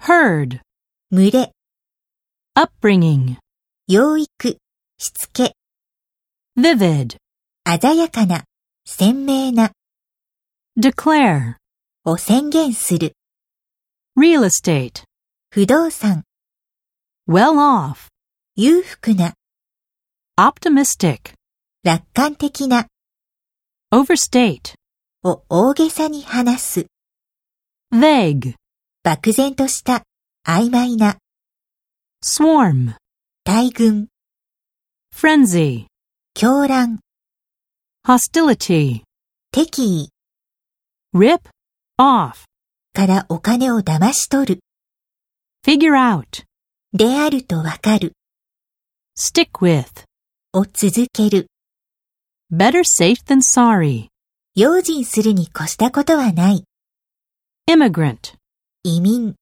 herd, 群れ、 upbringing, 養育、しつけ、 vivid, 鮮やかな、鮮明な、 declare, を宣言する、 real estate, 不動産、 well off, 裕福な、 optimistic, 楽観的な、 overstate, を大げさに話す、 vague, 漠然とした、曖昧な、 swarm, 大群、 frenzy, 狂乱、 hostility, 敵意 rip, off, からお金を騙し取る、 figure out, であるとわかる、 stick with, を続ける、 better safe than sorry, 用心するに越したことはない、 immigrant. 移民。